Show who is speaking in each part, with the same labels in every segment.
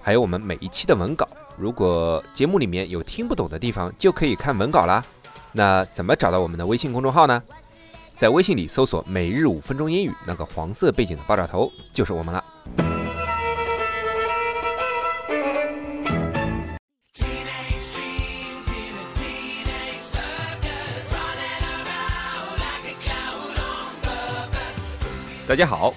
Speaker 1: 还有我们每一期的文稿。如果节目里面有听不懂的地方，就可以看文稿啦。那怎么找到我们的微信公众号呢？在微信里搜索“每日五分钟英语”，那个黄色背景的爆炸头就是我们了。大家好，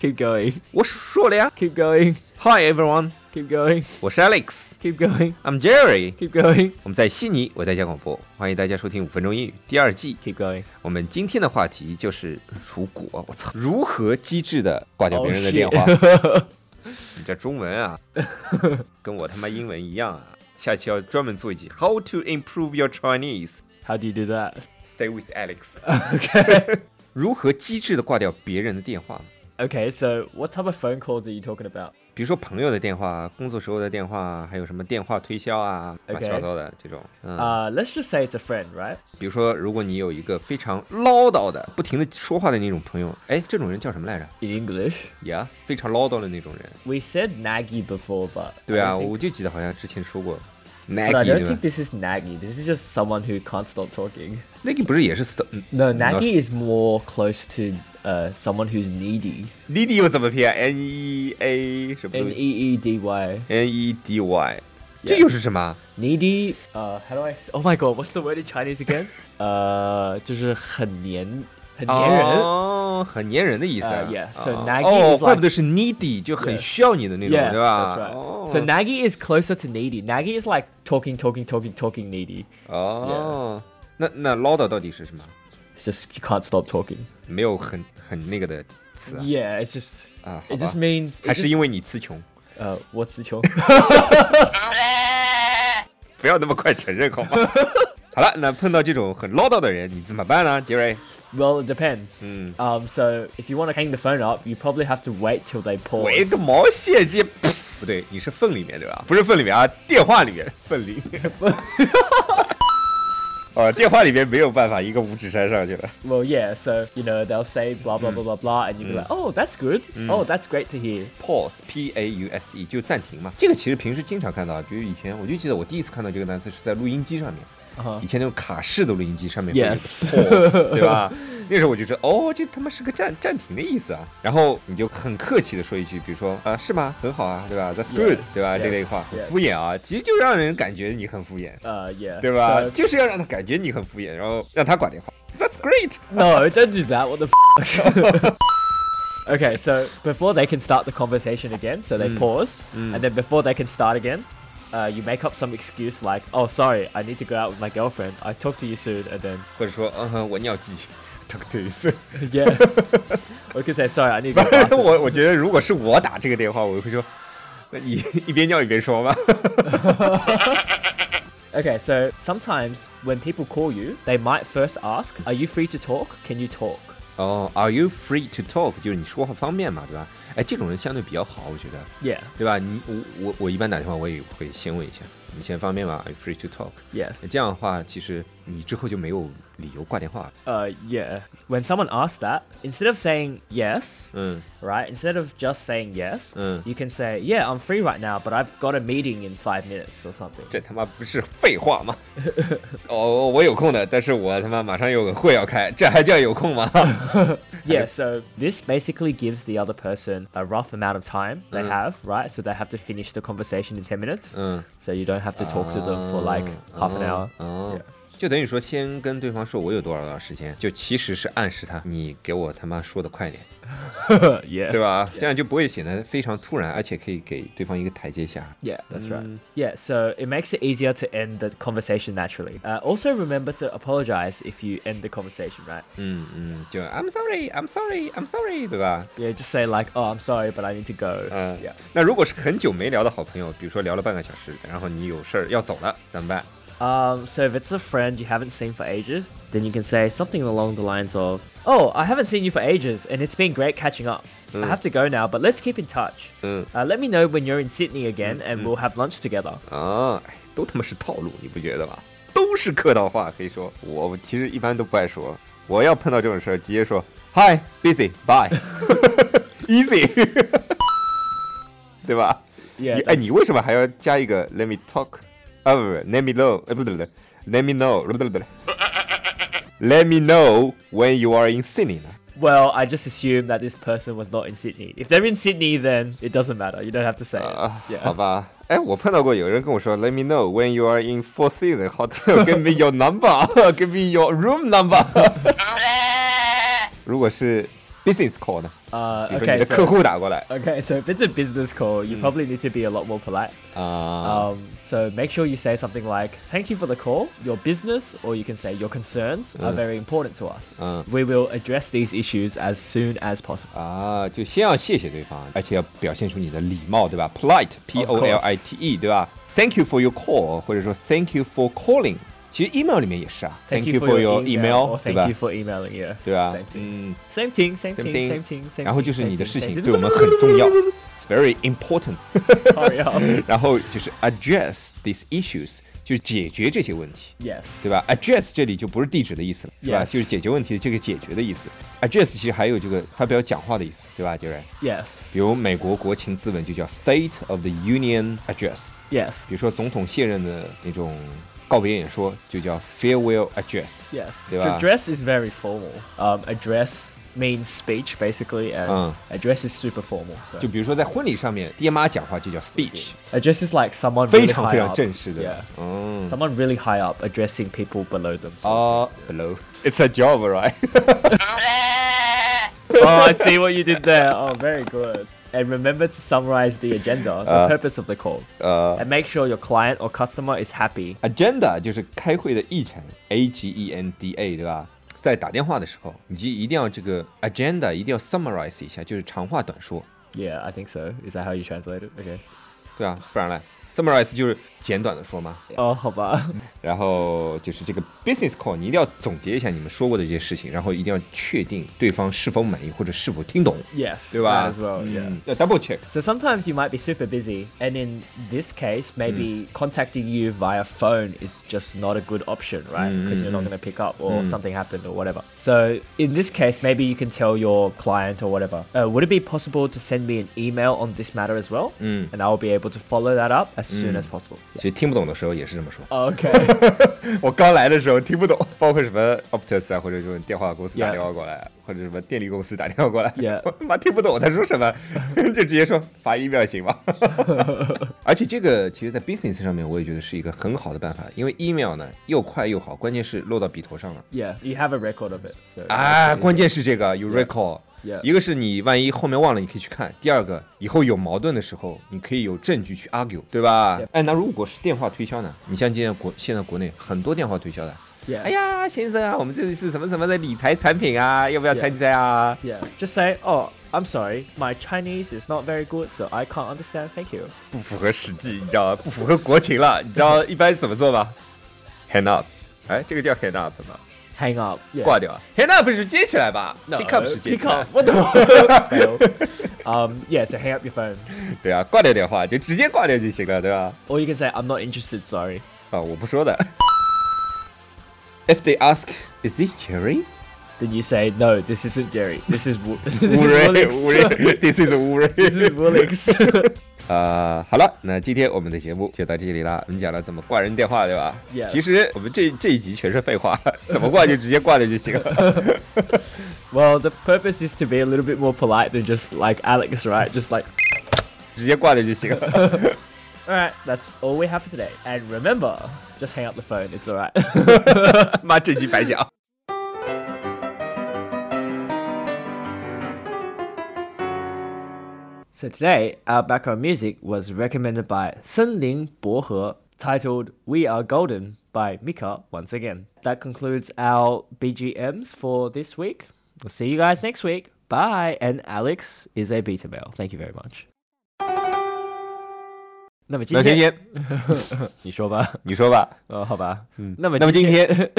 Speaker 2: Keep going.
Speaker 1: 我说了呀
Speaker 2: Keep going.
Speaker 1: ，Hi everyone，
Speaker 2: Keep going.
Speaker 1: 我是 Alex，I'm
Speaker 2: Keep going.
Speaker 1: Jerry，
Speaker 2: Keep going.
Speaker 1: 我们在悉尼，我在家广播，欢迎大家收听《五分钟英语》第二季。
Speaker 2: Keep going.
Speaker 1: 我们今天的话题就是，如果我操，如何机智的挂掉别人的
Speaker 2: Oh,
Speaker 1: 电话？你这中文啊，跟我他妈英文一样啊！下期要专门做一集 How to improve your Chinese。
Speaker 2: How do you do that?
Speaker 1: Stay with Alex。
Speaker 2: Okay.
Speaker 1: 如何机智的挂掉别人的电话？
Speaker 2: okay. So, what type of phone calls are you talking about?
Speaker 1: 比如说朋友的电话、工作时候的电话，还有什么电话推销啊，乱
Speaker 2: OK
Speaker 1: 七八糟的这种。嗯
Speaker 2: Uh, let's just say it's a friend, right?
Speaker 1: 比如说，如果你有一个非常唠叨的、不停的说话的那种朋友，哎，这种人叫什么来着？
Speaker 2: In English,
Speaker 1: 呀、非常唠叨的那种人。
Speaker 2: we said naggy before, but
Speaker 1: 对
Speaker 2: I
Speaker 1: 啊，
Speaker 2: don't think-
Speaker 1: 我就记得好像之前说过
Speaker 2: but I
Speaker 1: Naggy
Speaker 2: don't
Speaker 1: 对吧
Speaker 2: think this is naggy. This is just someone who can't stop talking.
Speaker 1: ？Naggy 不是也是 st 嗯
Speaker 2: No,
Speaker 1: Not-
Speaker 2: naggy is more close to uh, someone who's needy.
Speaker 1: n e d y 又怎么拼啊？N E A 什么
Speaker 2: N e
Speaker 1: 东西
Speaker 2: e d y.
Speaker 1: ？N E D Y，这又是什么？啊
Speaker 2: Needy, uh, how do I? s- Oh my god, what's the word in Chinese again? uh, 就是很黏很黏人。
Speaker 1: 哦，很粘人的意思啊。
Speaker 2: Uh, yeah, so
Speaker 1: 哦
Speaker 2: naggy
Speaker 1: 哦，
Speaker 2: is
Speaker 1: 怪不
Speaker 2: like-
Speaker 1: 得是 needy，就很
Speaker 2: Yes.
Speaker 1: 需要你的那种，
Speaker 2: yes,
Speaker 1: 对吧？
Speaker 2: that's right.
Speaker 1: 哦
Speaker 2: So naggy is closer to needy. Naggy is like talking, talking, talking, talking, needy.
Speaker 1: 哦，那那唠叨到底是什么？
Speaker 2: It's just you can't stop talking.
Speaker 1: 没有很很那个的词啊
Speaker 2: Yeah, it's just
Speaker 1: 啊，好
Speaker 2: it
Speaker 1: 吧
Speaker 2: just means
Speaker 1: 还
Speaker 2: it
Speaker 1: 是
Speaker 2: just,
Speaker 1: 因为你词穷，
Speaker 2: uh, what's the
Speaker 1: 不要那么快承认好吗？好了，那碰到这种很唠叨的人，你怎么办呢，杰瑞？
Speaker 2: Well, it depends.
Speaker 1: 嗯，
Speaker 2: Um, so if you want to hang the phone up, you probably have to wait till they pause.
Speaker 1: 喂个毛线，直接噗不对，你是粪里面对吧？不是粪里面啊，电话里面，粪里面。哦，电话里面没有办法，一个五指山上去了。
Speaker 2: Well, yeah. So you know they'll say blah blah blah blah blah, and you will be like, oh, that's good. Oh, that's great to hear.
Speaker 1: Pause, P A U S E，就暂停嘛。这个其实平时经常看到，比如以前我就记得我第一次看到这个单词是在录音机上面
Speaker 2: 啊哈
Speaker 1: 以前那种卡式的录音机上面会有一个
Speaker 2: Yes
Speaker 1: pause，对吧？那时候我就知道，哦，这他妈是个暂暂停的意思啊。然后你就很客气的说一句，比如说啊，是吗？很好啊，对吧？That's good，
Speaker 2: Yeah
Speaker 1: 对吧
Speaker 2: Yes
Speaker 1: 这类话很
Speaker 2: Yes
Speaker 1: 敷衍啊，其实就让人感觉你很敷衍，
Speaker 2: Uh, yeah.
Speaker 1: 对吧
Speaker 2: So-
Speaker 1: 就是要让他感觉你很敷衍，然后让他挂电话。That's great。
Speaker 2: No, don't do that. What the f- Okay, so before they can start the conversation again, so they pause, and then before they can start again, uh, you make up some excuse like, oh, sorry, I need to go out with my girlfriend. I talk to you soon, and then,
Speaker 1: 或者说，嗯哼，我尿急，talk to you soon。
Speaker 2: yeah. or you can say, sorry, I need to go
Speaker 1: 不
Speaker 2: out.
Speaker 1: 是我，我觉得如果是我打这个电话，我会说，那你 一边尿一边说吧。
Speaker 2: Okay, so sometimes when people call you, they might first ask, are you free to talk? Can you talk?
Speaker 1: 哦、a r e you free to talk？就是你说话方便嘛，对吧？哎，这种人相对比较好，我觉得，
Speaker 2: Yeah,
Speaker 1: 对吧？你我我我一般打电话，我也会先问一下，你现在方便吗？Are you free to talk？
Speaker 2: yes.
Speaker 1: 这样的话，其实你之后就没有理由挂电话了。
Speaker 2: Uh, yeah. When someone asks that, instead of saying yes,
Speaker 1: 嗯
Speaker 2: right? Instead of just saying yes,
Speaker 1: Mm.
Speaker 2: you can say, "Yeah, I'm free right now, but I've got a meeting in five minutes or something."
Speaker 1: 这他妈不是废话吗？ 哦，我有空的，但是我他妈马上有个会要开，这还叫有空吗？
Speaker 2: Yeah, so this basically gives the other person a rough amount of time they have, right? So they have to
Speaker 1: Uh.
Speaker 2: finish the conversation in ten minutes.
Speaker 1: 嗯，Uh.
Speaker 2: So you don't have to talk to them for like half an hour.
Speaker 1: 哦，
Speaker 2: Yeah.
Speaker 1: 就等于说先跟对方说我有多少多少时间，就其实是暗示他你给我他妈说的快点，
Speaker 2: yeah.
Speaker 1: 对吧？这样就不会显得非常突然，而且可以给对方一个台阶下。
Speaker 2: Yeah, that's right. Yeah, so it makes it easier to end the conversation naturally. Uh, also, remember to apologize if you end the conversation, right?
Speaker 1: 嗯嗯，就 I'm sorry, I'm sorry, I'm sorry，对吧？
Speaker 2: Yeah, just say like, "Oh, I'm sorry, but I need to go."
Speaker 1: 嗯
Speaker 2: Yeah.，
Speaker 1: 那如果是很久没聊的好朋友，比如说聊了半个小时，然后你有事儿要走了，怎么办？
Speaker 2: Um, so if it's a friend you haven't seen for ages, then you can say something along the lines of, "Oh, I haven't seen you for ages, and it's been great catching up. I have to go now, but let's keep in touch.
Speaker 1: Mm.
Speaker 2: Uh, let me know when you're in Sydney again, and we'll have lunch together."
Speaker 1: 啊，哎都他妈是套路，你不觉得吗？都是客套话，可以说我其实一般都不爱说，我要碰到这种事儿，直接说 Hi busy bye easy，对吧？
Speaker 2: Yeah,
Speaker 1: 你哎，你为什么还要加一个 Let me talk？啊，不不，Let me know，呃，不对不对，Let me know，不对不对，Let me know when you are in Sydney 呢？
Speaker 2: Well, I just assume that this person was not in Sydney. If they're in Sydney, then it doesn't matter. You don't have to say
Speaker 1: 啊
Speaker 2: it.
Speaker 1: 好
Speaker 2: Yeah.
Speaker 1: 吧。哎，我碰到过有人跟我说，Let me know when you are in Four Seasons Hotel，give me your number，give me your room number 。如果是 business call 呢？
Speaker 2: Uh,
Speaker 1: 比如说你
Speaker 2: okay.
Speaker 1: 的客
Speaker 2: So,
Speaker 1: 户打过来
Speaker 2: okay. So if it's a business call, you probably need to be a lot more polite.
Speaker 1: 啊
Speaker 2: Um, so make sure you say something like, "Thank you for the call. Your business, or you can say your concerns, are very important to us.
Speaker 1: Mm.
Speaker 2: We will address these issues as soon as possible."
Speaker 1: 啊，就先要谢谢对方，而且要表现出你的礼貌，对吧？Polite，P O L I T E，对吧？Thank you for your call，或者说 Thank you for calling。其实 email 里面也是啊，Thank you for your
Speaker 2: or
Speaker 1: email，对
Speaker 2: 哦 thank
Speaker 1: 吧
Speaker 2: you？for emailing. Yeah.
Speaker 1: 对吧
Speaker 2: Same？thing.
Speaker 1: 嗯，
Speaker 2: Same thing. Same
Speaker 1: Same
Speaker 2: thing.
Speaker 1: thing.
Speaker 2: Same thing. Same
Speaker 1: 然后
Speaker 2: thing,
Speaker 1: 就是你
Speaker 2: same
Speaker 1: 的
Speaker 2: thing,
Speaker 1: 事
Speaker 2: same
Speaker 1: 情
Speaker 2: thing.
Speaker 1: 对我们很 重要，It's very important。
Speaker 2: Hurry up.
Speaker 1: 然后就是 address these issues，就是解决这些问题，
Speaker 2: Yes.
Speaker 1: 对吧？address 这里就不是地址的意思了，对吧
Speaker 2: Yes
Speaker 1: 就是解决问题的这个解决的意思。address 其实还有这个发表讲话的意思，对吧，杰瑞？
Speaker 2: Yes.
Speaker 1: 比如美国国情咨文就叫 State of the Union Address，
Speaker 2: Yes.
Speaker 1: 比如说总统卸任的那种告别演说就叫 Farewell Address，
Speaker 2: Yes.
Speaker 1: They are.
Speaker 2: Address is very formal. Um, address means speech, basically, and
Speaker 1: Mm.
Speaker 2: address is super formal. So.
Speaker 1: 就比如说在婚礼上面，爹妈讲话就叫 speech，
Speaker 2: address is like someone
Speaker 1: 非
Speaker 2: really
Speaker 1: 常
Speaker 2: high
Speaker 1: 非常
Speaker 2: up.
Speaker 1: 正式的
Speaker 2: Yeah.，
Speaker 1: 嗯。
Speaker 2: Someone really high up addressing people below them. so-
Speaker 1: Uh, below. It's a job, right?
Speaker 2: oh, I see what you did there. Oh, very good. And remember to summarize the agenda, the purpose of the call,
Speaker 1: uh,
Speaker 2: and make sure your client or customer is happy.
Speaker 1: Agenda 就是开会的议程，A G E N D A，对吧？在打电话的时候，你就一定要这个 agenda 一定要 summarize 一下，就是长话短说，
Speaker 2: Yeah, I think so. Is that how you translate it? Okay.
Speaker 1: 对啊，不然嘞，summarize 就是简短的说嘛。
Speaker 2: Oh, 好吧。
Speaker 1: 然后就是这个 business call，你一定要总结一下你们说过的这些事情，然后一定要确定对方是否满意或者是否听懂，
Speaker 2: Yes.
Speaker 1: 对吧
Speaker 2: that as well. Yeah.
Speaker 1: 嗯要 double check。
Speaker 2: So sometimes you might be super busy, and in this case, maybe contacting you via phone is just not a good option, right? Because you're not going to pick up, or something happened, or whatever. So in this case, maybe you can tell your client or whatever, uh, would it be possible to send me an email on this matter as well? And I'll be able to follow that up as soon as possible.
Speaker 1: 其实听不懂的时候也是这么说。
Speaker 2: Hmm. Okay.
Speaker 1: 我刚来的时候听不 懂，包括什么 Optus 啊，或者这种电话公司打
Speaker 2: Yeah.
Speaker 1: 电话过来，或者什么电力公司打电话过来
Speaker 2: Yeah.
Speaker 1: 我他妈听不懂他说什么， 就直接说发 email 行吗？而且这个其实，在 business 上面，我也觉得是一个很好的办法，因为 email 呢又快又好，关键是落到笔头上了。
Speaker 2: yeah. You have a record of it. So
Speaker 1: 啊，关键是这个有 record，
Speaker 2: Yeah.
Speaker 1: 一个是你万一后面忘了，你可以去看；第二个，以后有矛盾的时候，你可以有证据去 argue，对吧
Speaker 2: Yeah.？
Speaker 1: 哎，那如果是电话推销呢？你像现在国现在国内很多电话推销的，
Speaker 2: Yeah.
Speaker 1: 哎呀，先生啊，我们这里是什么什么的理财产品啊，要不要参加啊？
Speaker 2: Yeah. Just say, oh, I'm sorry, my Chinese is not very good, so I can't understand. Thank you.
Speaker 1: 不符合实际，你知道吗？不符合国情了，你知道一般怎么做吗？Hand up，哎，这个叫 hand up 吗？
Speaker 2: Hang up. Yeah.
Speaker 1: 挂掉啊？Hand up 是接起来吧
Speaker 2: No,
Speaker 1: ？Pick up 是接
Speaker 2: pick
Speaker 1: 起来
Speaker 2: up.，What the? Fail. um, yeah, so hang up your phone,
Speaker 1: 对啊，挂掉电话就直接挂掉就行了，对吧？
Speaker 2: or you can say, "I'm not interested. Sorry."
Speaker 1: 啊，我不说的。If they ask, is this cherry?
Speaker 2: Then you say, "No, this isn't Gary. This is Wo- this
Speaker 1: 乌
Speaker 2: is
Speaker 1: 瑞，
Speaker 2: Woolix.
Speaker 1: 乌瑞，This is 乌
Speaker 2: this is
Speaker 1: 瑞。
Speaker 2: Woolix."
Speaker 1: 啊，好了，那今天我们的节目就到这里啦。我们讲了怎么挂人电话，对吧
Speaker 2: Yes
Speaker 1: 其实我们这这一集全是废话，怎么挂就直接挂掉就行 了。
Speaker 2: well, the purpose is to be a little bit more polite than just like Alex, right? Just like,
Speaker 1: 直接挂掉就行了。
Speaker 2: All right, that's all we have for today. And remember, just hang up the phone. It's all right.
Speaker 1: 妈，这集白讲。
Speaker 2: So today, our background music was recommended by Sun Ling Bohe, titled We Are Golden by Mika once again. That concludes our BGMs for this week. We'll see you guys next week. Bye. And Alex is a beta male. Thank you very much.
Speaker 1: 那今天
Speaker 2: 那么今天，你说吧。哦，好吧。
Speaker 1: 你说吧，
Speaker 2: 那么
Speaker 1: 嗯那么今天，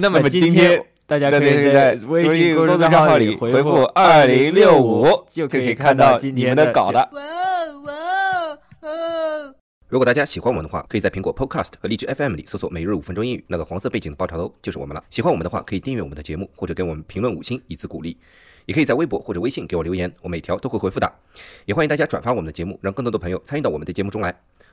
Speaker 1: 那么今天。
Speaker 2: 大家
Speaker 1: 那
Speaker 2: 可以
Speaker 1: 天在
Speaker 2: 微信
Speaker 1: 公
Speaker 2: 公
Speaker 1: 众
Speaker 2: 众
Speaker 1: 号
Speaker 2: 号
Speaker 1: 里
Speaker 2: 回
Speaker 1: 回复
Speaker 2: 复
Speaker 1: 二零六五，
Speaker 2: 就
Speaker 1: 就
Speaker 2: 可
Speaker 1: 可
Speaker 2: 以
Speaker 1: 以
Speaker 2: 看
Speaker 1: 看
Speaker 2: 到
Speaker 1: 到
Speaker 2: 今
Speaker 1: 你
Speaker 2: 天
Speaker 1: 们
Speaker 2: 的
Speaker 1: 的
Speaker 2: 稿
Speaker 1: 稿
Speaker 2: 了
Speaker 1: 了。
Speaker 3: 哇哦哇哦哦！
Speaker 1: 如果大家喜欢我们的话，可以在苹果 Podcast 和荔枝 FM 里搜索“每日五分钟英语”，那个黄色背景的爆炒头就是我们了。喜欢我们的话，可以订阅我们的节目，或者给我们评论五星以资鼓励。也可以在微博或者微信给我留言，我每条都会回复的。也欢迎大家转发我们的节目，让更多的朋友参与到我们的节目中来。